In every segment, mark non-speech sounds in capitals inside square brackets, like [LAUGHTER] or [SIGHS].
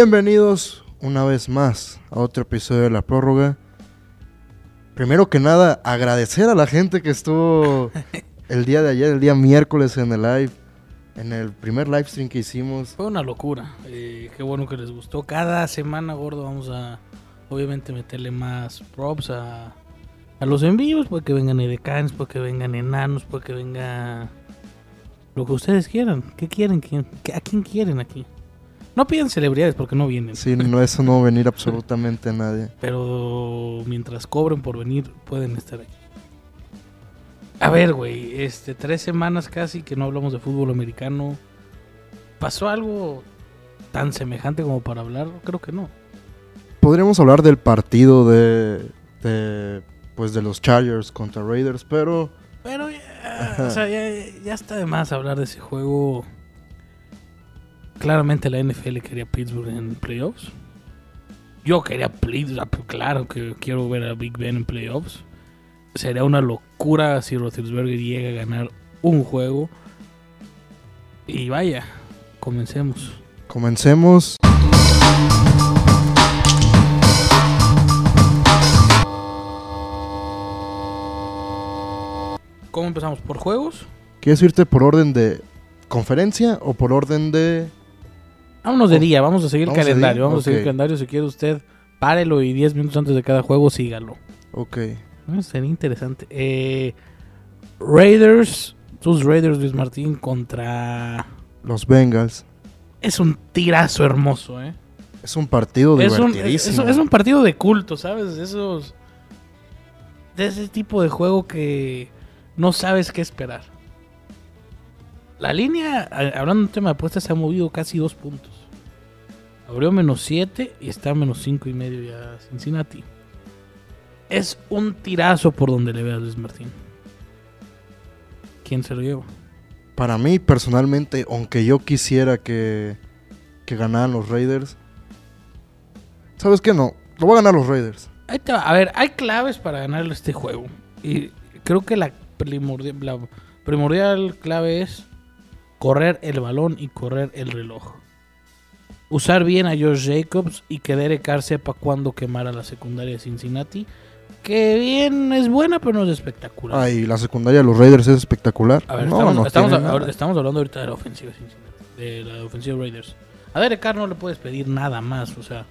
Bienvenidos una vez más a otro episodio de La Prórroga. Primero que nada, agradecer a la gente que estuvo el día de ayer, el día miércoles en el live, en el primer live stream que hicimos. Pues, Fue una locura. eh, qué bueno que les gustó. Cada semana, gordo, vamos a obviamente meterle más props a, a los envíos, porque vengan edecans, porque vengan enanos, porque venga lo que ustedes quieran. ¿Qué quieren? ¿Quién- qué- ¿A quién quieren aquí? No piden celebridades porque no vienen. Sí, no, eso no va a venir absolutamente nadie. Pero mientras cobren por venir, pueden estar aquí. A ver, güey, este, tres semanas casi que no hablamos de fútbol americano. ¿Pasó algo tan semejante como para hablar? Creo que no. Podríamos hablar del partido de, de, pues de los Chargers contra Raiders, pero Pero ya, o sea, ya, ya está de más hablar de ese juego. Claramente la NFL quería a Pittsburgh en playoffs. Yo quería a Pittsburgh, claro que quiero ver a Big Ben en playoffs. Sería una locura si Roethlisberger llega a ganar un juego. Y vaya, comencemos. comencemos. ¿Cómo empezamos? ¿Por juegos? ¿Quieres irte por orden de conferencia o por orden de Vámonos de Oh, día, vamos a seguir el ¿vamos a calendario. día? Vamos a seguir Ok. el calendario. Si quiere usted, párelo y 10 minutos antes de cada juego, sígalo. Ok. Ah, Sería interesante. Eh, Raiders, sus Raiders Luis Martín contra... Los Bengals. Es un tirazo hermoso, ¿eh? Es un partido Es un, es, divertidísimo. es un partido de culto, ¿sabes? De Esos... De ese tipo de juego que no sabes qué esperar. La línea, a- hablando de un tema de apuestas, se ha movido casi dos puntos. Abrió menos 7 y está a menos 5 y medio ya Cincinnati. Es un tirazo por donde le veas Luis Martín. ¿Quién se lo lleva? Para mí, personalmente, aunque yo quisiera que, que ganaran los Raiders, ¿sabes qué? No, lo va a ganar los Raiders. Ahí te va. A ver, hay claves para ganar este juego. Y creo que la primordial, la primordial clave es correr el balón y correr el reloj. Usar bien a George Jacobs y que Derek Carr sepa cuándo quemar a la secundaria de Cincinnati. Que bien es buena, pero no es espectacular. Ay, la secundaria de los Raiders es espectacular. A ver, No, estamos, no estamos- tiene nada. ahora- estamos hablando ahorita de la ofensiva de Cincinnati, de la ofensiva de Raiders. A Derek Carr no le puedes pedir nada más, o sea,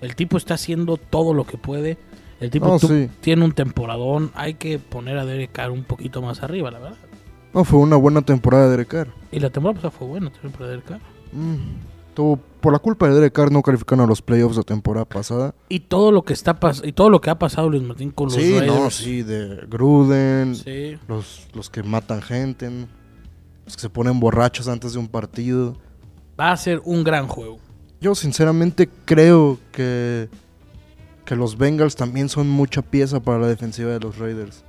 el tipo está haciendo todo lo que puede. El tipo No, tu- sí. tiene un temporadón, hay que poner a Derek Carr un poquito más arriba, la verdad. No, fue una buena temporada de Derek Carr. Y la temporada pasada fue buena también para Derek Carr. Mm, tuvo- por la culpa de Derek Carr no calificaron a los playoffs la temporada pasada. Y todo lo que está pas- y todo lo que ha pasado Luis Martín con los sí, Raiders. no, sí, de Gruden, Sí. los, los que matan gente, ¿no? los que se ponen borrachos antes de un partido. Va a ser un gran juego. Yo sinceramente creo que, que los Bengals también son mucha pieza para la defensiva de los Raiders.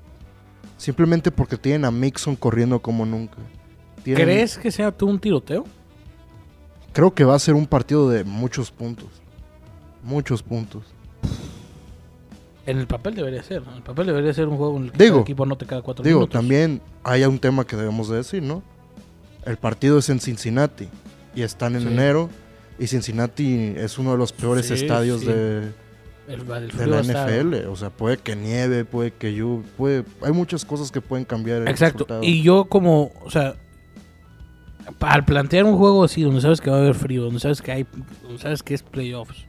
Simplemente porque tienen a Mixon corriendo como nunca. Tienen- ¿Crees que sea tú un tiroteo? Creo que va a ser un partido de muchos puntos. Muchos puntos. En el papel debería ser. En el papel debería ser un juego en el que Digo, cada equipo anote cada cuatro Digo, minutos. también hay un tema que debemos de decir, ¿no? El partido es en Cincinnati y están en Sí. enero y Cincinnati es uno de los peores Sí, estadios sí. de, El, el de frío va la a estar- NFL. O sea, puede que nieve, puede que lluvia, puede... hay muchas cosas que pueden cambiar. el Exacto. resultado. Y yo como, o sea, pa- al plantear un juego así donde sabes que va a haber frío, donde sabes que hay, donde sabes que es playoffs,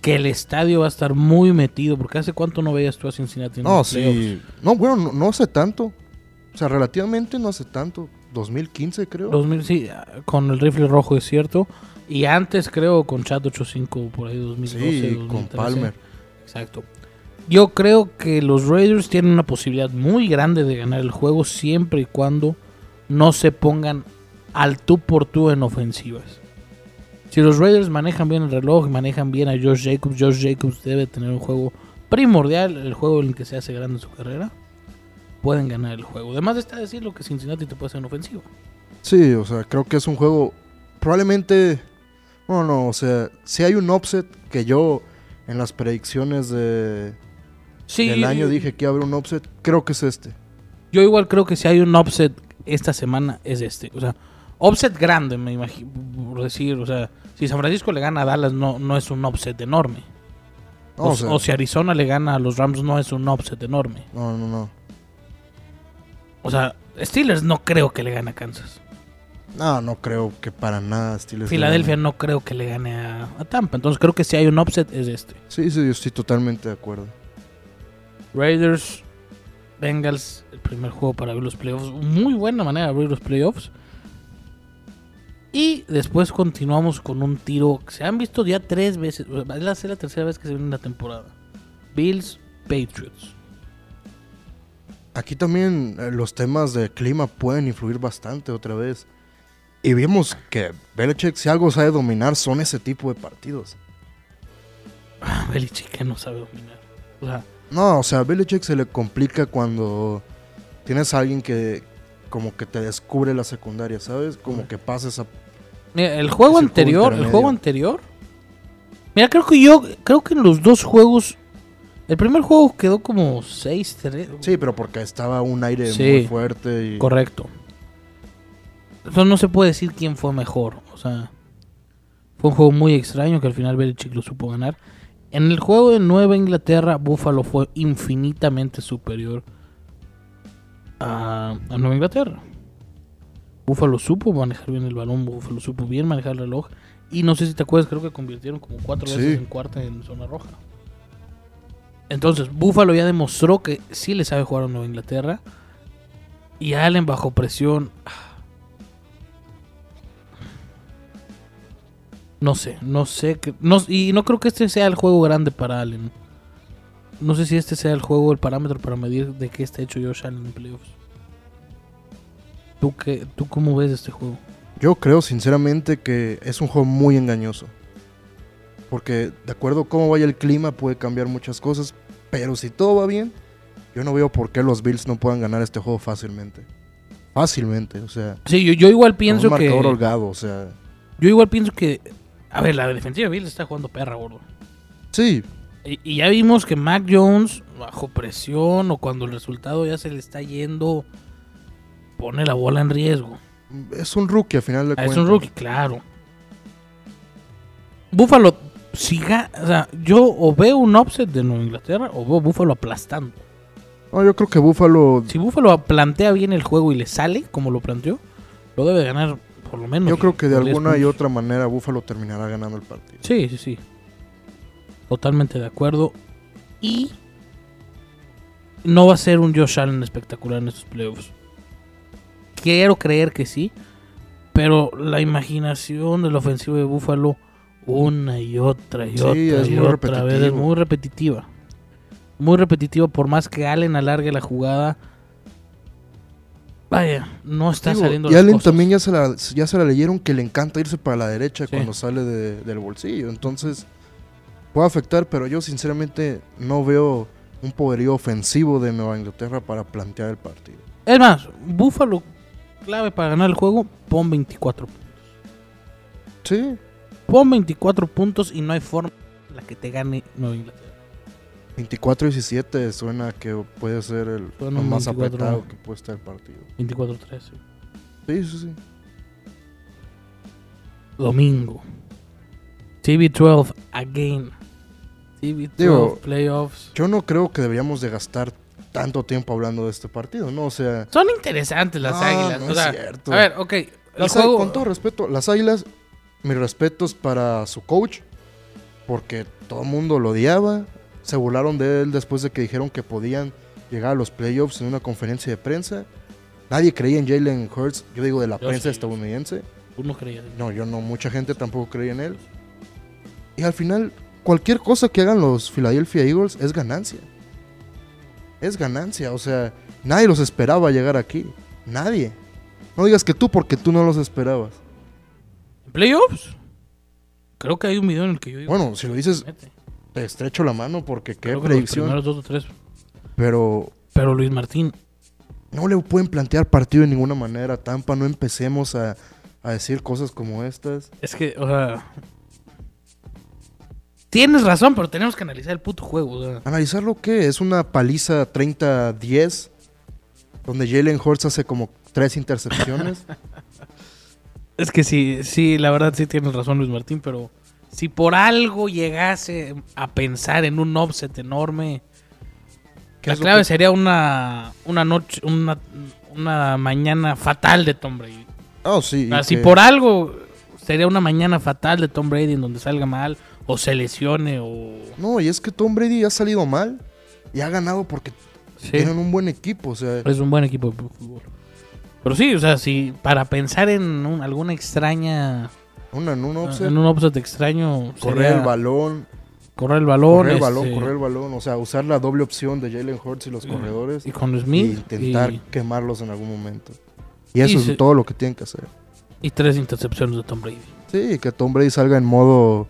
que el estadio va a estar muy metido, porque hace cuánto no veías tú a Cincinnati en No, los playoffs. sí. No, bueno, no, no hace tanto. O sea, relativamente no hace tanto. 2015 creo. 2000, sí, con el rifle rojo es cierto, y antes creo con Chat 85 por ahí 2012, sí, con 2013. Palmer. Exacto. Yo creo que los Raiders tienen una posibilidad muy grande de ganar el juego siempre y cuando no se pongan al tú por tú en ofensivas. Si los Raiders manejan bien el reloj, manejan bien a Josh Jacobs, Josh Jacobs debe tener un juego primordial, el juego en el que se hace grande en su carrera, pueden ganar el juego. Además está decir lo que Cincinnati te puede hacer en ofensiva. Sí, o sea, creo que es un juego probablemente... Bueno, no, o sea, si hay un offset que yo en las predicciones de, Sí, del año dije que iba a haber un offset, creo que es este. Yo igual creo que si hay un offset esta semana es este. O sea, offset grande, me imagino, por decir. O sea, Si San Francisco le gana a Dallas, no, no es un offset enorme. No, o, o sea, o si Arizona le gana a los Rams, no es un offset enorme. no, no, no. O sea, Steelers no creo que le gane a Kansas. No, no creo que para nada Steelers le Filadelfia gane. no creo que le gane a, a Tampa. Entonces creo que si hay un offset es este. Sí, sí, yo estoy totalmente de acuerdo. Raiders, Bengals, el primer juego para abrir los playoffs. Muy buena manera de abrir los playoffs. Y después continuamos con un tiro que se han visto ya tres veces. Es la, es la tercera vez que se viene en la temporada. Bills, Patriots. Aquí también eh, los temas de clima pueden influir bastante otra vez. Y vimos que Belichick, si algo sabe dominar, son ese tipo de partidos. Ah, Belichick que no sabe dominar. O sea, No, o sea, a Belichick se le complica cuando tienes a alguien que como que te descubre la secundaria, ¿sabes? Como que pases a... mira, el Es el juego juego anterior, el intermedio. juego anterior. Mira, creo que yo, creo que en los dos juegos, el primer juego quedó como 6-3. Sí, pero porque estaba un aire Sí. muy fuerte y... Correcto. Entonces no se puede decir quién fue mejor. O sea, fue un juego muy extraño que al final Belichick lo supo ganar. En el juego de Nueva Inglaterra, Buffalo fue infinitamente superior a, a Nueva Inglaterra. Buffalo supo manejar bien el balón, Buffalo supo bien manejar el reloj. Y no sé si te acuerdas, creo que convirtieron como cuatro Sí. veces en cuarta en zona roja. Entonces, Buffalo ya demostró que sí le sabe jugar a Nueva Inglaterra. Y Allen bajo presión. [SIGHS] ah. No sé, no sé. qué- No, y no creo que este sea el juego grande para Allen. No sé si este sea el juego, el parámetro para medir de qué está hecho Josh Allen en playoffs. ¿Tú, qué, ¿Tú cómo ves este juego? Yo creo sinceramente que es un juego muy engañoso. Porque de acuerdo a cómo vaya el clima puede cambiar muchas cosas. Pero si todo va bien, yo no veo por qué los Bills no puedan ganar este juego fácilmente. Fácilmente, o sea. con Sí, yo, yo igual pienso un que. marcador holgado, o sea. Yo igual pienso que. A ver, la defensiva de Bills está jugando perra, gordo. Sí, Y, y ya vimos que Mac Jones, bajo presión o cuando el resultado ya se le está yendo, pone la bola en riesgo. es un rookie al final de Ah, cuentas. es un rookie, claro. Buffalo, si ga- o sea, yo o veo un offset de Nueva Inglaterra o veo Buffalo aplastando. No, yo creo que Buffalo. Si Buffalo plantea bien el juego y le sale, como lo planteó, lo debe ganar por lo menos. ¿eh? Yo creo que de por 10 alguna y puntos. otra manera Buffalo terminará ganando el partido. Sí, sí, sí. Totalmente de acuerdo. Y no va a ser un Josh Allen espectacular en estos playoffs. Quiero creer que sí. Pero la imaginación del ofensivo de Buffalo una y otra y Sí, otra es y muy otra vez es repetitivo. muy repetitiva. Muy repetitiva por más que Allen alargue la jugada. Vaya, no está Digo, saliendo y las Allen cosas. también ya se, la, ya se la leyeron que le encanta irse para la derecha Sí. cuando sale de- del bolsillo. Entonces, puede afectar, pero yo sinceramente no veo un poderío ofensivo de Nueva Inglaterra para plantear el partido. Es más, Buffalo clave para ganar el juego, pon 24 Sí, Pon 24 puntos y no hay forma en la que te gane Nueva Inglaterra. 24-17 suena que puede ser el Suena lo un más 24. apretado que puede estar el partido. 24-13. Sí, sí, sí. Domingo. CB12 again. CB12 Digo, playoffs. Yo no creo que deberíamos de gastar tanto tiempo hablando de este partido, ¿no? O sea, Son interesantes las Ah, águilas. no o es sea, cierto. A ver, ok. El Las águ- juego, con todo respeto, las Águilas, mis respetos para su coach, porque todo el mundo lo odiaba. Se burlaron de él después de que dijeron que podían llegar a los playoffs en una conferencia de prensa. Nadie creía en Jalen Hurts, yo digo de la Yo prensa sí. estadounidense. tú no creías. No, yo no, mucha gente tampoco creía en él. Y al final, cualquier cosa que hagan los Philadelphia Eagles es ganancia. Es ganancia, o sea, nadie los esperaba llegar aquí. Nadie. No digas que tú porque tú no los esperabas. ¿En playoffs? Creo que hay un video en el que yo digo... Bueno, si lo dices, mete. te estrecho la mano porque qué pues, Creo que los predicción. primeros dos o tres. Pero Pero Luis Martín, no le pueden plantear partido de ninguna manera. Tampa, no empecemos a, a decir cosas como estas. es que, o sea... Tienes razón, pero tenemos que analizar el puto juego. O sea, Analizar lo que es una paliza [LAUGHS] 30-10, donde Jalen Hurts hace como tres intercepciones. Es que sí, sí, la verdad sí tienes razón Luis Martín, pero si por algo llegase a pensar en un offset enorme, la es lo clave que- sería una, una noche, una, una mañana fatal de Tom Brady. Ah, sí. y Así que- por algo sería una mañana fatal de Tom Brady en donde salga mal o se lesione o... No, y es que Tom Brady ha salido mal y ha ganado porque Sí. Pues, tienen un buen equipo. O sea, Es un buen equipo de fútbol. Pero sí, o sea, si para pensar en un- alguna extraña. una, en un offset, ah, en un offset extraño. correr sería el balón, Correr el balón. correr el balón, este, correr el balón. O sea, usar la doble opción de Jalen Hurts y los corredores Y y con Smith. intentar Y, quemarlos en algún momento. Y eso se- es todo lo que tienen que hacer. y tres intercepciones de Tom Brady. Sí, que Tom Brady salga en modo.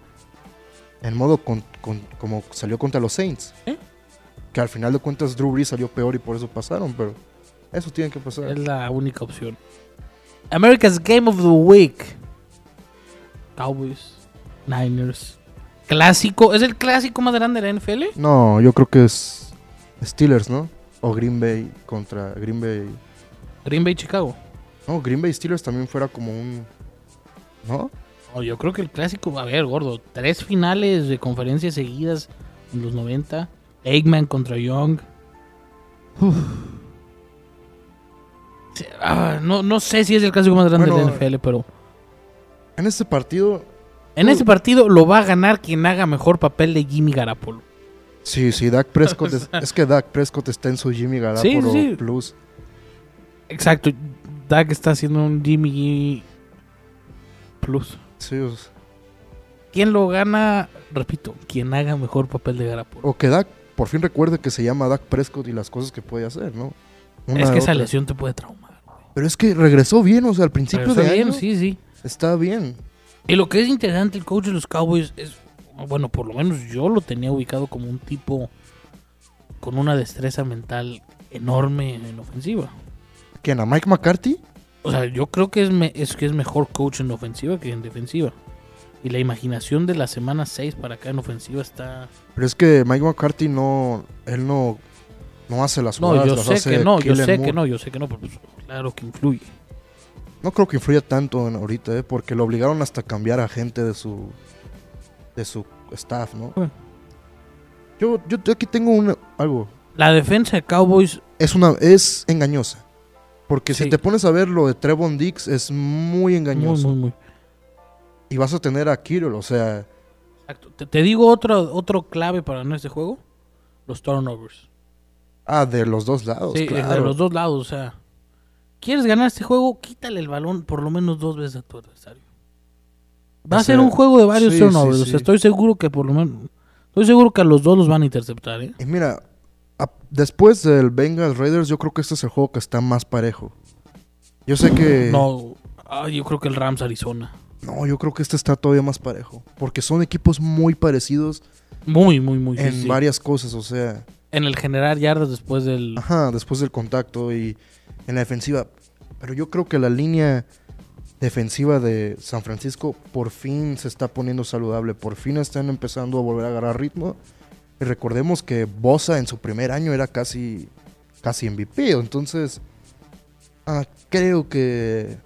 En modo con- con- como salió contra los Saints. ¿Eh? Que al final de cuentas Drew Brees salió peor y por eso pasaron, pero eso tiene que pasar. Es la única opción. America's Game of the Week. Cowboys. Niners. Clásico. ¿Es el clásico más grande de la NFL? No, yo creo que es Steelers, ¿no? O Green Bay contra Green Bay. Green Bay, Chicago. No, Green Bay Steelers también fuera como un. ¿No? No, yo creo que el clásico, a ver, gordo, tres finales de conferencias seguidas en los 90. Eggman contra Young. Uf. Sí, ah, no, no sé si es el clásico más grande Bueno, de la NFL, pero En este partido, en este partido lo va a ganar quien haga mejor papel de Jimmy Garapolo. sí, sí, Dak Prescott. [LAUGHS] es, es que Dak Prescott está en su Jimmy Garoppolo Sí, sí. Plus. Exacto, Dak está haciendo un Jimmy Plus. Sí, o sea, ¿Quién lo gana? Repito, quien haga mejor papel de Garapolo. o que Dak por fin recuerde que se llama Dak Prescott y las cosas que puede hacer, ¿no? Una es que esa otra. lesión te puede traumar. Pero es que regresó bien, o sea, al principio Pero está pues, de bien, año sí, sí. está bien. Y lo que es interesante, el coach de los Cowboys es, bueno, por lo menos yo lo tenía ubicado como un tipo con una destreza mental enorme en ofensiva. ¿Quién? ¿A Mike McCarthy? O sea, yo creo que es, me- es que es mejor coach en ofensiva que en defensiva. Y la imaginación de la semana 6 para acá en ofensiva está... Pero es que Mike McCarthy no, él no, no hace las No, jugadas. yo las sé hace que no, yo Kellen sé Moore. que no, yo sé que no, pero pues, claro que influye. No creo que influya tanto en ahorita, ¿eh? porque lo obligaron hasta a cambiar a gente de su de su staff, ¿no? Bueno. Yo, yo te- aquí tengo un, algo. La defensa de Cowboys Es una es engañosa. Porque Sí. si te pones a ver lo de Trevon Dix es muy muy, engañoso. muy, muy... Y vas a tener a Kirill, o sea, Exacto. Te, te digo otro, otro clave para no este juego, los turnovers. ah, de los dos lados, Sí, claro. de los dos lados, o sea. ¿Quieres ganar este juego? Quítale el balón por lo menos dos veces a tu adversario. Va a O ser sea, un juego de varios sí, turnovers. sí, o sea, sí. estoy seguro que por lo menos. Estoy seguro que a los dos los van a interceptar, ¿eh? Y mira, a- después del Bengals Raiders, yo creo que este es el juego que está más parejo. Yo sé que No. ah, yo creo que el Rams Arizona. no, yo creo que este está todavía más parejo, porque son equipos muy parecidos. Muy, muy, muy. sí, en sí. varias cosas, o sea, En el generar yardas después del. ajá, después del contacto y en la defensiva. Pero yo creo que la línea defensiva de San Francisco por fin se está poniendo saludable, por fin están empezando a volver a agarrar ritmo. Y recordemos que Bosa en su primer año era casi, casi MVP, entonces ah, creo que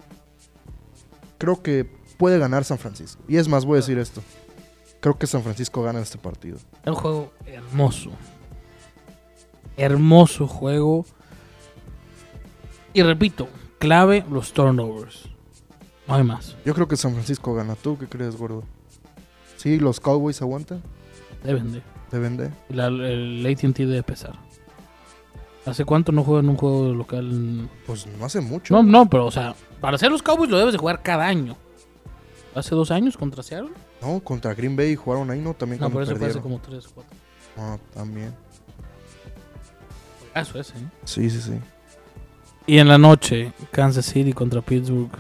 creo que puede ganar San Francisco. Y es más, voy a decir esto. Creo que San Francisco gana este partido. Es un juego hermoso. Hermoso juego. Y repito, clave los turnovers. No hay más. Yo creo que San Francisco gana. ¿Tú qué crees, gordo? Sí, los Cowboys aguantan. Deben de. Deben de. La- el ATT debe pesar. ¿Hace cuánto no juegan un juego local? en- Pues no hace mucho. No, no, pero o sea, para ser los Cowboys lo debes de jugar cada año. ¿Hace dos años contra Seattle? No, contra Green Bay jugaron ahí, ¿no? También No, cuando por eso fue hace perdieron. como tres o cuatro. Ah, también. Juegazo ese, ¿eh? Sí, sí, sí. Y en la noche, Kansas City contra Pittsburgh.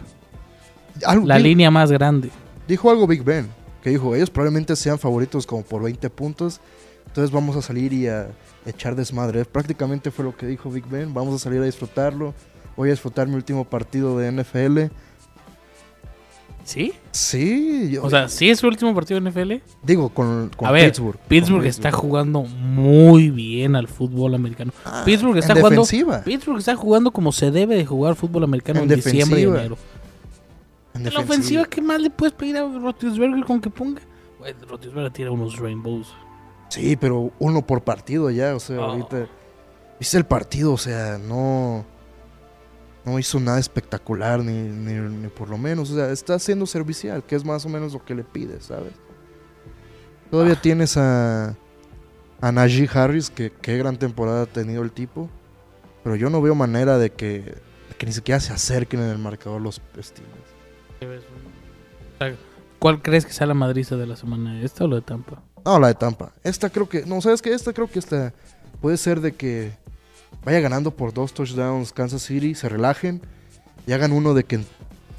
Algo- La di- línea más grande. dijo algo Big Ben. Que dijo, ellos probablemente sean favoritos como por 20 puntos. Entonces vamos a salir y a echar desmadre. Prácticamente fue lo que dijo Big Ben. Vamos a salir a disfrutarlo. Voy a disfrutar mi último partido de NFL. ¿Sí? Sí, yo- O sea, ¿sí es su último partido en NFL? digo, con, con a ver, Pittsburgh. Pittsburgh, con está jugando muy bien al fútbol americano. Ah, Pittsburgh está en jugando- defensiva. Pittsburgh está jugando como se debe de jugar fútbol americano en, En diciembre y defensiva. enero. En En la ofensiva, ¿qué más le puedes pedir a Rotisberger con que ponga? Güey, Roethlisberger tira unos rainbows. Sí, pero uno por partido ya, o sea, Oh. ahorita. Viste el partido, o sea, no. No hizo nada espectacular, ni, ni, ni por lo menos. O sea, está siendo servicial, que es más o menos lo que le pides, ¿sabes? Todavía tienes a. A Najee Harris, que qué gran temporada ha tenido el tipo. Pero yo no veo manera de que, de que ni siquiera se acerquen en el marcador los este, Steelers. O sea, ¿Cuál crees que sea la madriza de la semana? ¿Esta o la de Tampa? No, la de Tampa. Esta creo que. No, ¿sabes qué? Esta creo que esta. Puede ser de que vaya ganando por dos touchdowns Kansas City, se relajen y hagan uno de que en,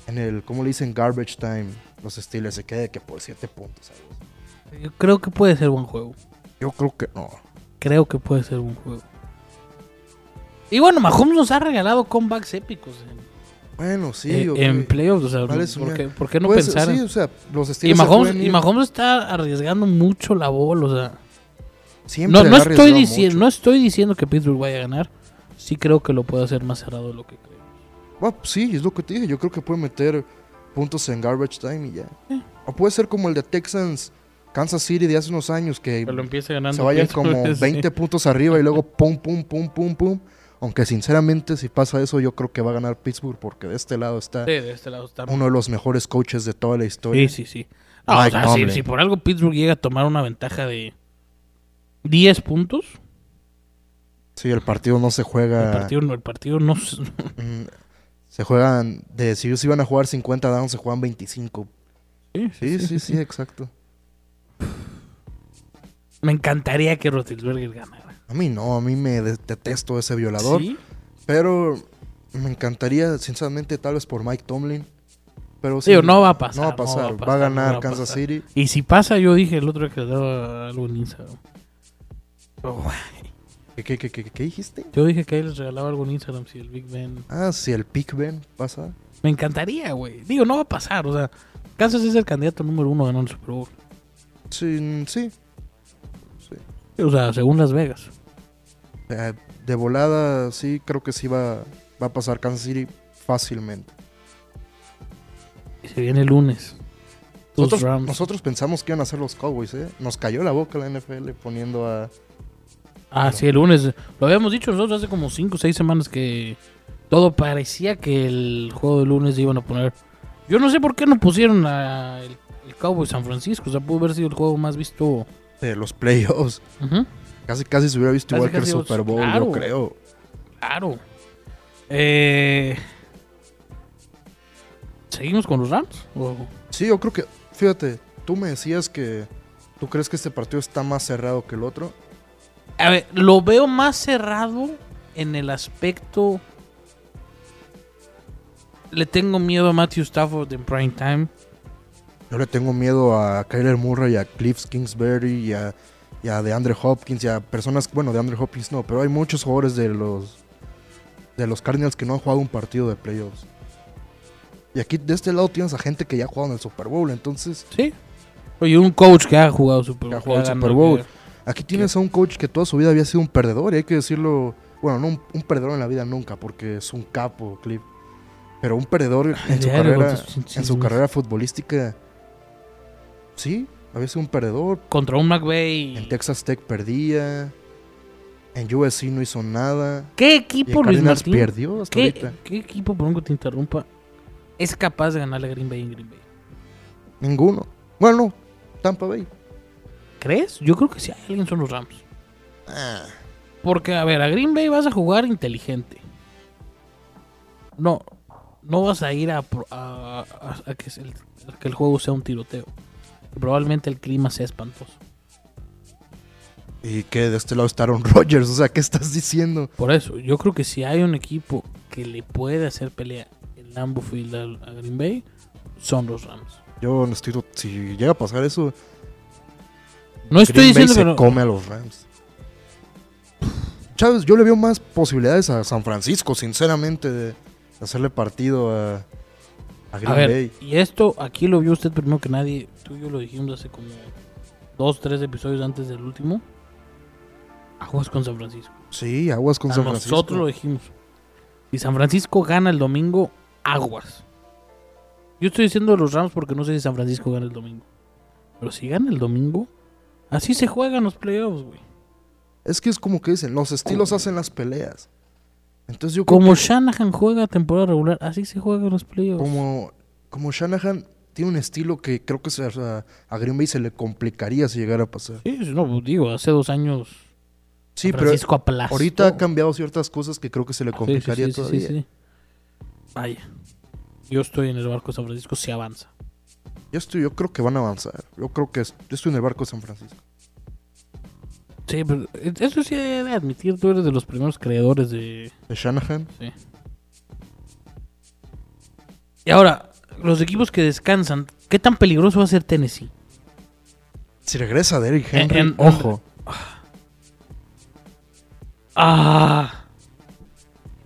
en el. ¿Cómo le dicen? Garbage time. Los Steelers se quede que por siete puntos. ¿sabes? Yo creo que puede ser buen juego. Yo creo que no. Creo que puede ser buen juego. Y bueno, Mahomes nos ha regalado comebacks épicos en, Bueno, sí. eh, ok. en playoffs. O sea, ¿Cuál es su ¿por miedo? qué, por qué no Puede ser- pensar? Sí, o sea, los y, Steelers. se Mahomes, pueden y ir- Mahomes está arriesgando mucho la bola. O sea, siempre no, no ha estoy arriesgado diciendo, mucho. no estoy diciendo que Pittsburgh vaya a ganar. Sí creo que lo puede hacer más cerrado de lo que creo. Bueno, Ah, sí, es lo que te dije. Yo creo que puede meter puntos en garbage time y ya. Sí. O puede ser como el de Texans, Kansas City de hace unos años que. Que lo empiece ganando. se vayan Pittsburgh, como [LAUGHS] sí. 20 puntos arriba y luego pum, pum, pum, pum, pum. Aunque sinceramente, si pasa eso, yo creo que va a ganar Pittsburgh porque de este lado está Sí, de este lado está. uno de los mejores coaches de toda la Sí, historia. sí, sí. No, o Mike sea, si- Tomlin. si, por algo Pittsburgh llega a tomar una ventaja de 10 puntos, Sí, el partido no se el, juega. partido, no- el partido no. se- mm, se juegan. De, si ellos iban a jugar 50 downs, se juegan 25. ¿eh? Sí, sí, sí, exacto. Me encantaría que Roethlisberger ganara. A mí no, a mí me de- detesto ese violador. ¿Sí? Pero me encantaría, sinceramente, tal vez por Mike Tomlin. Pero sí, Digo, no va a pasar, No va a pasar. va a pasar, ganar no va a Kansas pasar. City. Y si pasa, yo dije el otro día que le daba algo en Instagram. Oh, ¿Qué- qué- qué- qué- qué dijiste? Yo dije que ahí les regalaba algo en Instagram si el Big Ben. Ah, si el Pick Ben pasa. Me encantaría, güey. Digo, no va a pasar. O sea, Kansas es el candidato número uno a ganar el Super Bowl. Sí, mm, sí. O sea, según Las Vegas. Eh, de volada, sí, creo que sí va, va a pasar Kansas City fácilmente. Y se viene el lunes. Tus Nosotros, Rams. nosotros pensamos que iban a ser los Cowboys, ¿eh? Nos cayó la boca la NFL poniendo a. Ah, sí, el lunes. Lo habíamos dicho nosotros hace como 5 o 6 semanas que todo parecía que el juego de lunes iban a poner. Yo no sé por qué no pusieron a el, el Cowboy San Francisco. O sea, pudo haber sido el juego más visto. de eh, los playoffs. [LAUGHS] Ujú, Casi, casi se hubiera visto Casi, igual que el casi, Super Bowl, claro. yo creo. Claro. Eh, ¿Seguimos con los Rams? ¿O- Sí, yo creo que. Fíjate, tú me decías que. ¿Tú crees que este partido está más cerrado que el otro? A ver, lo veo más cerrado en el aspecto. Le tengo miedo a Matthew Stafford en prime time. Yo le tengo miedo a Kyler Murray, a Cliff Kingsbury y a, y a DeAndre Hopkins y a personas, bueno, de Andre Hopkins no, pero hay muchos jugadores de los de los Cardinals que no han jugado un partido de playoffs. Y aquí de este lado tienes a gente que ya ha jugado en el Super Bowl, entonces Sí. Oye, un coach que ha jugado Super Bowl. Que ha jugado que Super ganado, Bowl. que- aquí tienes a un coach que toda su vida había sido un perdedor, y hay que decirlo, bueno, no un, un perdedor en la vida nunca, porque es un capo, Cliff, pero un perdedor en su diario, carrera, tus chismes. en su carrera futbolística, sí, había sido un perdedor, Contra un McVay. En Texas Tech perdía. En USC no hizo nada. ¿Qué Y equipo, en Luis Cardinals Martín? perdió hasta ¿Qué, ahorita. qué equipo, perdón que te interrumpa, es capaz de ganarle a Green Bay en Green Bay? Ninguno. Bueno, no. Tampa Bay. ¿Crees? Yo creo que si hay alguien son los Rams. Ah, Porque, a ver, a Green Bay vas a jugar inteligente. No, no vas a ir a, pro- a- a- a que, el, a que el juego sea un tiroteo. Probablemente el clima sea espantoso. Y que de este lado está Aaron [LAUGHS] Rodgers. O sea, ¿qué estás diciendo? Por eso, yo creo que si hay un equipo que le puede hacer pelea en Lambeau Field al- a Green Bay, son los Rams. Yo no estoy. Si llega a pasar eso, No estoy Green Bay diciendo se que no- come a los Rams. Chávez, yo le veo más posibilidades a San Francisco, sinceramente, de hacerle partido a, a Green A ver, Bay. y esto aquí lo vio usted primero que nadie. Tú y yo lo dijimos hace como dos, tres episodios antes del último. Aguas con San Francisco. Sí, aguas con A San Francisco. nosotros lo dijimos. Si San Francisco gana el domingo, aguas. Yo estoy diciendo los Rams porque no sé si San Francisco gana el domingo. Pero si gana el domingo, así se juegan los playoffs, güey. Es que es como que dicen, los estilos hacen las peleas. Entonces yo creo Como que Shanahan juega temporada regular, así se juegan los playoffs. como, como Shanahan tiene un estilo que creo que se- o sea, a Green Bay se le complicaría si llegara a pasar. Sí, no, pues, digo, hace dos años Sí, pero Francisco aplastó. ahorita ha cambiado ciertas cosas que creo que se le Sí, sí, complicaría sí, sí, todavía. sí, sí. Vaya. Yo estoy en el barco de San Francisco, se avanza. Yo, estoy, yo creo que van a avanzar. Yo creo que es- yo estoy en el barco de San Francisco. Sí, pero eso sí he de admitir, tú eres de los primeros creadores de... De Shanahan, Y ahora, los equipos que descansan, ¿qué tan peligroso va a ser Tennessee? si regresa Derrick Henry, en- ojo. Ah.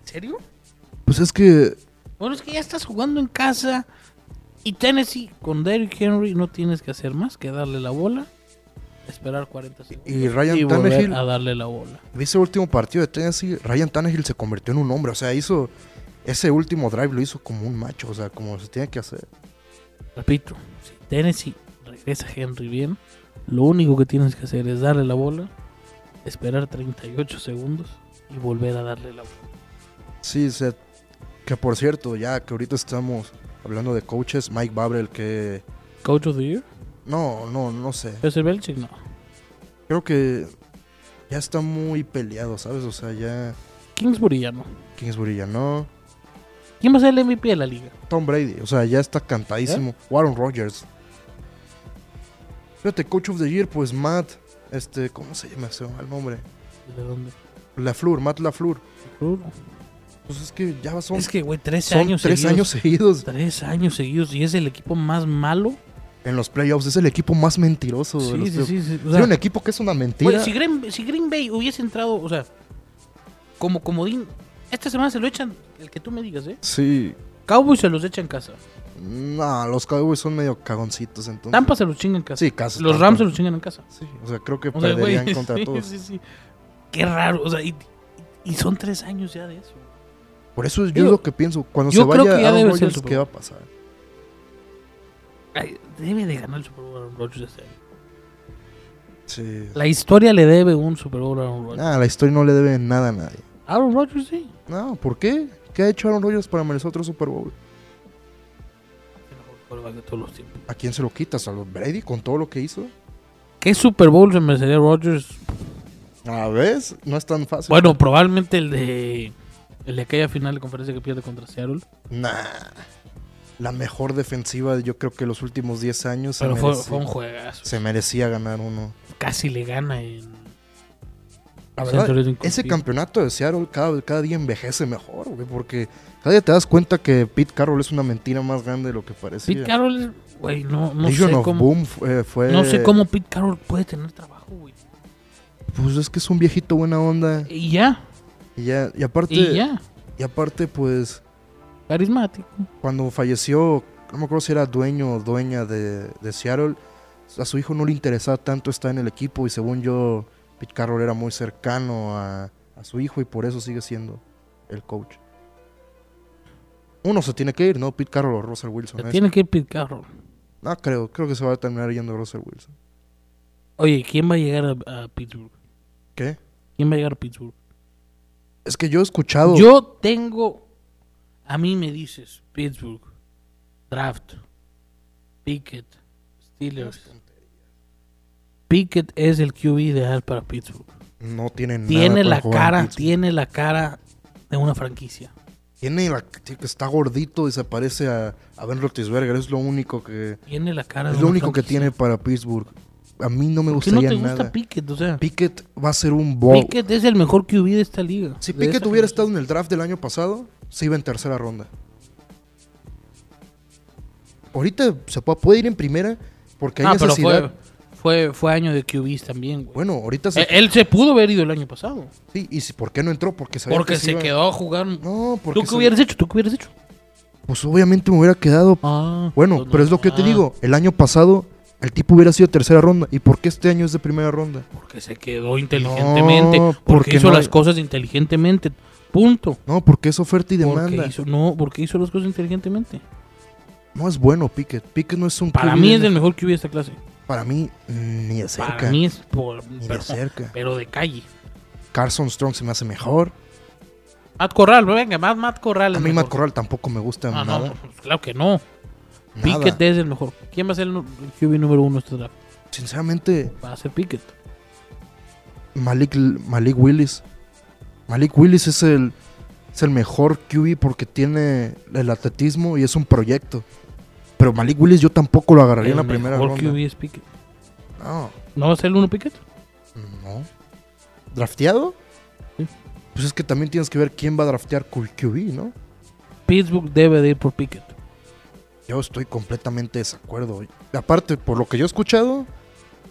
¿En serio? em, Pues es que Bueno, es que ya estás jugando en casa y Tennessee con Derrick Henry no tienes que hacer más que darle la bola, esperar 40 segundos y Ryan y volver Tannehill, a darle la bola. viste el último partido de Tennessee, Ryan Tannehill se convirtió en un hombre, o sea, hizo ese último drive lo hizo como un macho, o sea, como se tiene que hacer. Repito, si Tennessee regresa Henry bien, lo único que tienes que hacer es darle la bola, esperar 38 segundos y volver a darle la bola. Sí, se- que por cierto, ya que ahorita estamos hablando de coaches, Mike Babrel que Coach of the Year, no, no, no sé. ¿es el Belichick? No. Creo que ya está muy peleado, ¿sabes? O sea, ya Kingsbury ya no. Kingsbury ya no. ¿Quién va a ser el MVP de la liga? Tom Brady, o sea, ya está cantadísimo. ¿Eh? Warren Rodgers. Fíjate, Coach of the Year, pues Matt, este, ¿cómo se llama ese el nombre? ¿De dónde? Lafleur, Matt Lafleur. Pues es que ya son, es que, güey, 13 son años tres seguidos. años seguidos Tres años seguidos y es el equipo más malo. en los playoffs. Es el equipo más mentiroso. de los Sí, sí, playoffs. sí. sí. O sea, pues, Tiene un equipo que es una mentira. güey, si, Green, si Green Bay hubiese entrado, o sea, como comodín, esta semana se lo echan, el que tú me digas, ¿eh? Sí. Cowboys se los echa en casa. No, los Cowboys son medio cagoncitos entonces. Tampa se los chinga en casa. Sí, casi. los Tampa. Rams se los chingan en casa. Sí, o sea, creo que [LAUGHS] O sea, perderían güey, contra sí, todos. sí, sí. Qué raro. O sea, y, y son tres años ya de eso. Por eso yo Digo, es lo que pienso. Cuando yo se creo vaya que ya Aaron debe ser el Rodgers, Super ¿qué va a pasar? Ay, debe de ganar el Super Bowl Aaron Rodgers este año. Sí. La historia le debe un Super Bowl a Aaron Rodgers. Ah, la historia no le debe nada a nadie. Aaron Rodgers sí. No, ¿por qué? ¿Qué ha hecho Aaron Rodgers para merecer otro Super Bowl? El mejor quarterback de todos los tiempos. ¿A quién se lo quitas? ¿A los Brady con todo lo que hizo? ¿Qué Super Bowl se merecería Rodgers? A ves, no es tan fácil. Bueno, probablemente el de. El de aquella final de conferencia que pierde contra Seattle. Nah. La mejor defensiva, yo creo que los últimos 10 años se, pero fue, merecía, fue un juegazo. se merecía ganar uno. Casi le gana en. La Centro verdad, Lincoln ese Field. campeonato de Seattle cada, cada día envejece mejor, güey, porque cada día te das cuenta que Pete Carroll es una mentira más grande de lo que parecía. Pete Carroll, güey, no, no Legion sé of cómo. Boom fue, eh, fue- No sé cómo Pete Carroll puede tener trabajo, güey. Pues es que es un viejito buena onda. Y ya, Y, ya, y aparte, y ya. y aparte, pues, Carismático. cuando falleció, no me acuerdo si era dueño o dueña de, de Seattle, a su hijo no le interesaba tanto estar en el equipo y según yo, Pete Carroll era muy cercano a, a su hijo y por eso sigue siendo el coach. Uno se tiene que ir, ¿no? Pete Carroll o Russell Wilson. Se ¿eh? tiene que ir Pete Carroll. No creo, creo que se va a terminar yendo Russell Wilson. Oye, ¿quién va a llegar a, a Pittsburgh? ¿Qué? ¿Quién va a llegar a Pittsburgh? Es que yo he escuchado... Yo tengo. A mí me dices Pittsburgh, Draft, Pickett, Steelers. Pickett es el QB ideal para Pittsburgh. No tiene nada Tiene para la jugar en cara, Pittsburgh. tiene la cara de una franquicia. Tiene la... que Está gordito y se parece a, a Ben Roethlisberger. Es lo único que... Tiene la cara de Es lo una único que franquicia. tiene para Pittsburgh. A mí no me ¿Por qué no gustaría te gusta nada. Pickett? O sea, Pickett va a ser un bowl. Pickett es el mejor QB de esta liga. Si de Pickett esta hubiera generación. estado en el draft del año pasado, se iba en tercera ronda. Ahorita se puede, puede ir en primera porque hay Ah, pero necesidad. fue, fue, fue año de QBs también, güey. Bueno, pues, ahorita se. Eh, Él se pudo haber ido el año pasado. sí, ¿Y si, por qué no entró? Porque sabía Porque que se iba- quedó a jugar. No, porque. ¿Tú qué se- hubieras hecho? ¿Tú qué hubieras hecho? Pues obviamente me hubiera quedado. Ah, Bueno, pero es lo que yo te digo. El año pasado, el tipo hubiera sido tercera ronda. ¿Y por qué este año es de primera ronda? Porque se quedó inteligentemente. No, porque, porque hizo no- las cosas inteligentemente. Punto. No, porque es oferta y Porque demanda. hizo, no, porque hizo las cosas inteligentemente. No es bueno Pickett. Pickett no es un Para QB mí en es el- el mejor QB de esta clase. Para mí, mm, ni de cerca. Para mí es por. ni de pero- [LAUGHS] cerca. pero de calle. Carson Strong se me hace mejor. Matt Corral, pues venga, más Matt Corral. A es mí mejor. Matt Corral tampoco me gusta Ah, no, nada. pues, claro que no. nada. Pickett es el mejor. ¿Quién va a ser el nu- el QB número uno de este draft? Sinceramente, Va a ser Pickett. Malik, Malik Willis. Malik Willis es el, es el mejor QB porque tiene el atletismo y es un proyecto. Pero Malik Willis yo tampoco lo agarraría en la El primera mejor ronda. QB es Pickett. No, ¿No va a ser el uno Pickett? no. ¿Drafteado? Sí. Pues es que también tienes que ver quién va a draftear con el QB, ¿no? Pittsburgh debe de ir por Pickett. Yo estoy completamente de desacuerdo. Y Aparte, por lo que yo he escuchado,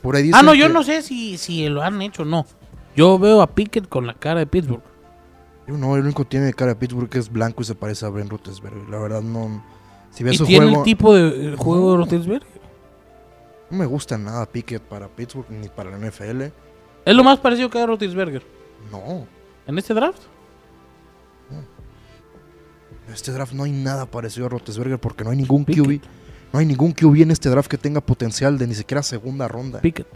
por ahí dicen ah, no, yo que no sé si, si lo han hecho o no. Yo veo a Pickett con la cara de Pittsburgh. Yo No, el único que tiene de cara a Pittsburgh que es blanco y se parece a Ben Roethlisberger. La verdad no... Si Y ves su tiene juego, el tipo de eh, juego de Roethlisberger. no me gusta nada Pickett para Pittsburgh ni para la NFL. Es lo más parecido que a Roethlisberger. No, En este draft. en este draft no hay nada parecido a Roethlisberger porque no hay ningún Pickett. QB. No hay ningún QB en este draft que tenga potencial de ni siquiera segunda ronda. Pickett.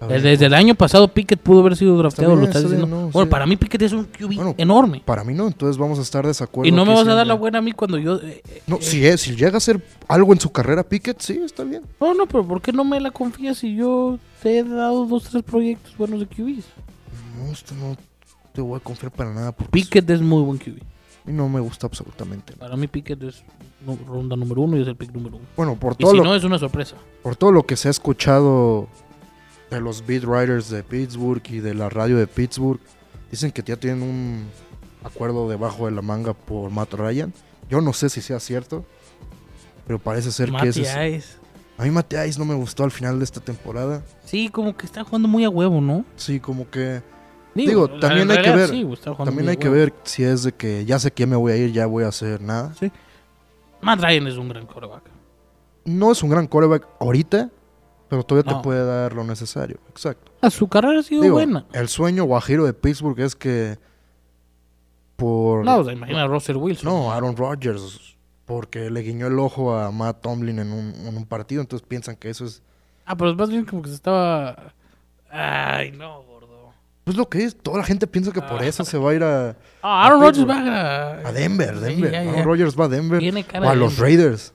Ah, A ver, Desde, desde el año pasado Pickett pudo haber sido drafteado. bien, lo estás está bien, diciendo. no, bueno, sí. para mí Pickett es un QB Bueno, enorme. Para mí no, entonces vamos a estar de desacuerdo. Y no me aquí vas a dar la siempre. buena a mí cuando yo... eh, eh, No, si, es, si llega a ser algo en su carrera Pickett, sí, está bien. No, no, pero ¿por qué no me la confías si yo te he dado dos, tres proyectos buenos de QBs? No, esto no te voy a confiar para nada porque Pickett es muy buen QB. a mí no me gusta absolutamente. nada. Para mí Pickett es nu- ronda número uno y es el pick número uno. Bueno, por Y todo si lo no, es una sorpresa. por todo lo que se ha escuchado de los beat writers de Pittsburgh y de la radio de Pittsburgh, dicen que ya tienen un acuerdo debajo de la manga por Matt Ryan. Yo no sé si sea cierto, pero parece ser que ese es... Matías. A mí Matty Ice no me gustó al final de esta temporada. Sí, como que está jugando muy a huevo, ¿no? Sí, como que Digo, en también hay que realidad ver- sí, güey, está jugando también muy hay a que huevo. ver si es de que ya sé que me voy a ir, ya voy a hacer nada. Matt Ryan es un gran coreback. No es un gran quarterback ahorita, pero todavía No. te puede dar lo necesario. Exacto. Ah, su carrera ha sido Digo, buena. El sueño guajiro de Pittsburgh es que por No, no, o sea, imagina a Russell Wilson. Aaron Rodgers porque le guiñó el ojo a Matt Tomlin en un, en un partido, entonces piensan que eso es Ah, pero más bien como que se estaba... Ay, no, gordo. pues lo que es, toda la gente piensa que por Ah. eso se va a ir a, Ah, Aaron A Rodgers Pittsburgh. va a... a Denver, Sí, Denver. ya, ya. Aaron Rodgers va a Denver Tiene o cara a de los Denver. Raiders.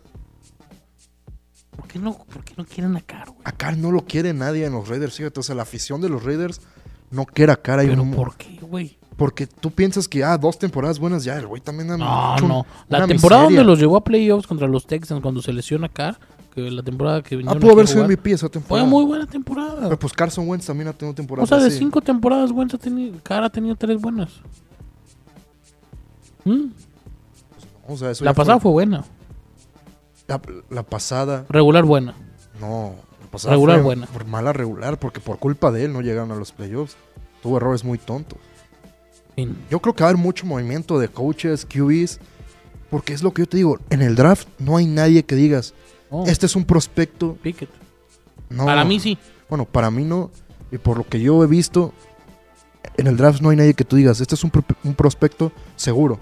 ¿Por qué no, por qué no quieren a Caro, güey? Acá no lo quiere nadie en los Raiders, fíjate, o sea, la afición de los Raiders no quiere a cara Pero ¿por qué, güey? porque tú piensas que ah, dos temporadas buenas ya, el güey también ha Ah, No, hecho un- no. La una temporada miseria. donde los llevó a playoffs contra los Texans cuando se lesiona acá, que la temporada que Ah, vinieron pudo aquí a haber sido jugar, MVP esa Fue temporada. muy buena temporada. Pero pues Carson Wentz también ha tenido temporada. O sea, de cinco temporadas buenas ha tenido, cara ha tenido tres buenas. Mm, O sea, eso La ya fue- pasada fue buena. La, la pasada. Regular buena. No. La pasada Regular fue buena. Por mala regular, porque por culpa de él no llegaron a los playoffs. Tuvo errores muy tontos. Fin. Yo creo que va a haber mucho movimiento de coaches, QBs. Porque es lo que yo te digo. En el draft no hay nadie que digas, No, este es un prospecto. Pickett. No. Para mí sí. Bueno, para mí no. Y por lo que yo he visto, en el draft no hay nadie que tú digas, este es un, pro- un prospecto seguro.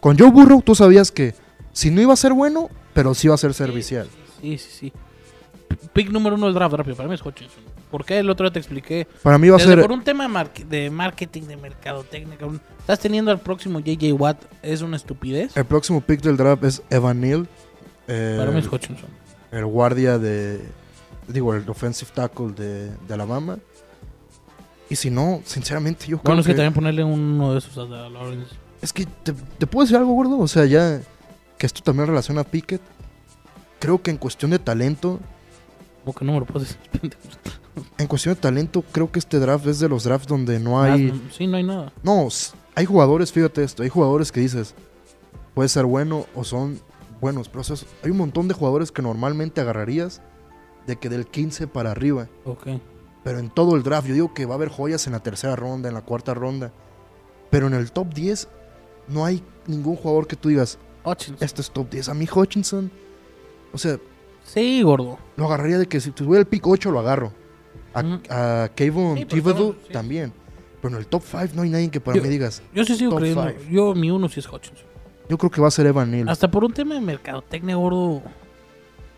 Con Joe Burrow tú sabías que si no iba a ser bueno, pero sí iba a ser servicial. Sí, sí, sí. P- Pick número uno del draft, rápido. Para mí es Hutchinson. ¿Por qué el otro día te expliqué? Para mí va a Desde ser... por un tema de, marque- de marketing, de mercadotecnia. cabrón. Estás teniendo al próximo JJ Watt. Es una estupidez. El próximo pick del draft es Evan Neal, eh, Para mí es Hutchinson. el guardia de... Digo, el offensive tackle de, de Alabama. Y si no, sinceramente yo creo Bueno, es que que... también ponerle uno de esos a Lawrence. Es que te, te puedo decir algo, gordo. O sea, ya que esto también relaciona a Pickett. Creo que en cuestión de talento, ¿Cómo que no me lo puedes decir, pendejo? en cuestión de talento, creo que este draft es de los drafts donde no hay. Ah, Sí, no hay nada. No, s- hay jugadores, fíjate esto, hay jugadores que dices, puede ser bueno o son buenos, pero o sea, hay un montón de jugadores que normalmente agarrarías de que del 15 para arriba. Ok. Pero en todo el draft, yo digo que va a haber joyas en la tercera ronda, en la cuarta ronda. Pero en el top 10 no hay ningún jugador que tú digas, Hutchinson. este es top 10. A mí Hutchinson, o sea, Sí, gordo. lo agarraría de que si tuviera el pick 8 lo agarro. A, Ujú. a Kayvon Sí, pues, Thibodeau todo, sí. también. Pero en el top 5 no hay nadie que para Yo- mí digas. Yo sí sigo Top creyendo. five. Yo, mi uno sí es Hutchinson. Yo creo que va a ser Evan Neal. Hasta por un tema de mercadotecnia, gordo.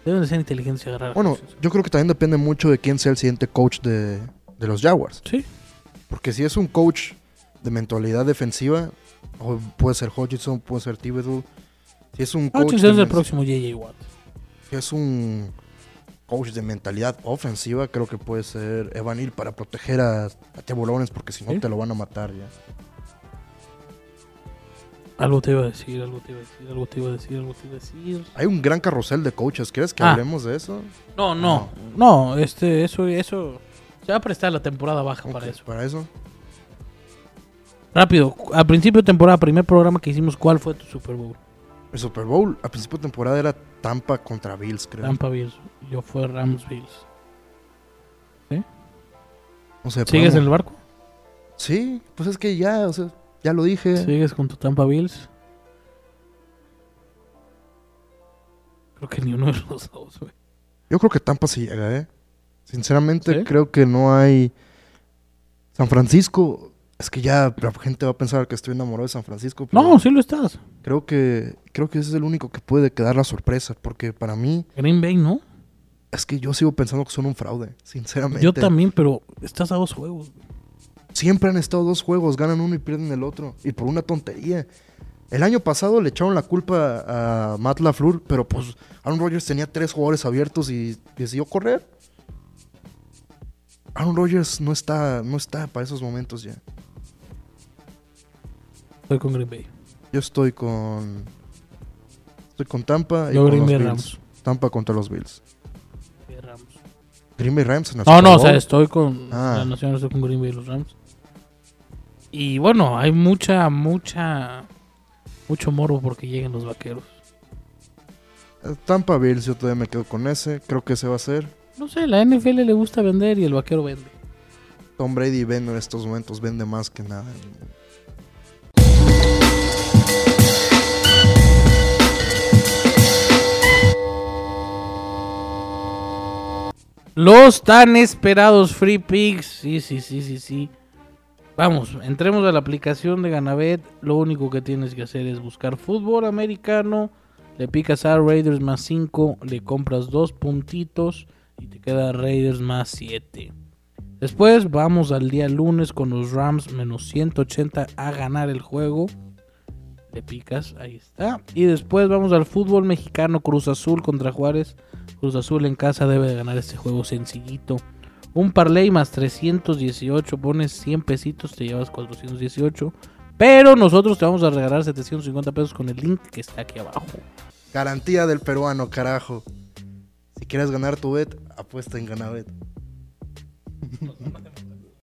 Deben de ser inteligentes y agarrar. Bueno, cosas. yo creo que también depende mucho de quién sea el siguiente coach de, de los Jaguars. Sí. Porque si es un coach de mentalidad defensiva, o puede ser Hodgson, puede ser Thibodeau. Si es un coach, Hutchinson de Ah, es el men- próximo J.J. Watt. si es un coach de mentalidad ofensiva, creo que puede ser Evan Neal para proteger a, a Tiburones, porque si no Sí. te lo van a matar ya. Algo te iba a decir, algo te iba a decir, algo te iba a decir, algo te iba a decir. Hay un gran carrusel de coaches. ¿Quieres que Ah. hablemos de eso? No, no, no, este, eso, eso. Se va a prestar la temporada baja para Ok, eso. Para eso. Rápido, al principio de temporada, primer programa que hicimos, ¿cuál fue tu Super Bowl? El Super Bowl a principio de temporada era Tampa contra Bills, creo. Tampa Bills. Yo fue Rams Bills. O sea, ¿Sigues podemos- en el barco? Sí, pues es que ya, o sea, ya lo dije. ¿Sigues con tu Tampa Bills? Creo que ni uno de los dos, güey. Yo creo que Tampa sí llega, ¿eh? Sinceramente, ¿Sí? creo que no hay. San Francisco, es que ya la gente va a pensar que estoy enamorado de San Francisco. pero No, sí lo estás. Creo que, creo que ese es el único que puede quedar la sorpresa, porque para mí Green Bay, ¿no? es que yo sigo pensando que son un fraude, sinceramente. Yo también, pero estás a dos juegos. Siempre han estado dos juegos, ganan uno y pierden el otro, y por una tontería. El año pasado le echaron la culpa a Matt LaFleur, pero pues Aaron Rodgers tenía tres jugadores abiertos y decidió correr. Aaron Rodgers no está, no está para esos momentos ya. Estoy con Green Bay. Yo estoy con. Estoy con Tampa y Yo con Green los Bay Bills. Rams. Tampa contra los Bills. Green Bay Rams. Green Bay Rams en el No, Super no, o Bowl. sea, estoy con Ah. la Nacional, estoy con Green Bay y los Rams. Y bueno, hay mucha, mucha, mucho morbo porque lleguen los vaqueros. Eh, Tampa Bills, yo todavía me quedo con ese. Creo que ese va a ser. No sé, la NFL le gusta vender y el vaquero vende. Tom Brady vende en estos momentos, vende más que nada. Los tan esperados free picks. Sí, sí, sí, sí, sí. Vamos, entremos a la aplicación de Ganabet. Lo único que tienes que hacer es buscar fútbol americano. Le picas a Raiders más 5, le compras dos puntitos y te queda Raiders más 7. Después vamos al día lunes con los Rams menos 180 a ganar el juego. Le picas, ahí está. Y después vamos al fútbol mexicano Cruz Azul contra Juárez. Cruz Azul en casa debe de ganar este juego sencillito. Un parlay más 318, pones 100 pesitos, te llevas 418. Pero nosotros te vamos a regalar 750 pesos con el link que está aquí abajo. Garantía del peruano, carajo. Si quieres ganar tu bet, apuesta en Ganabet.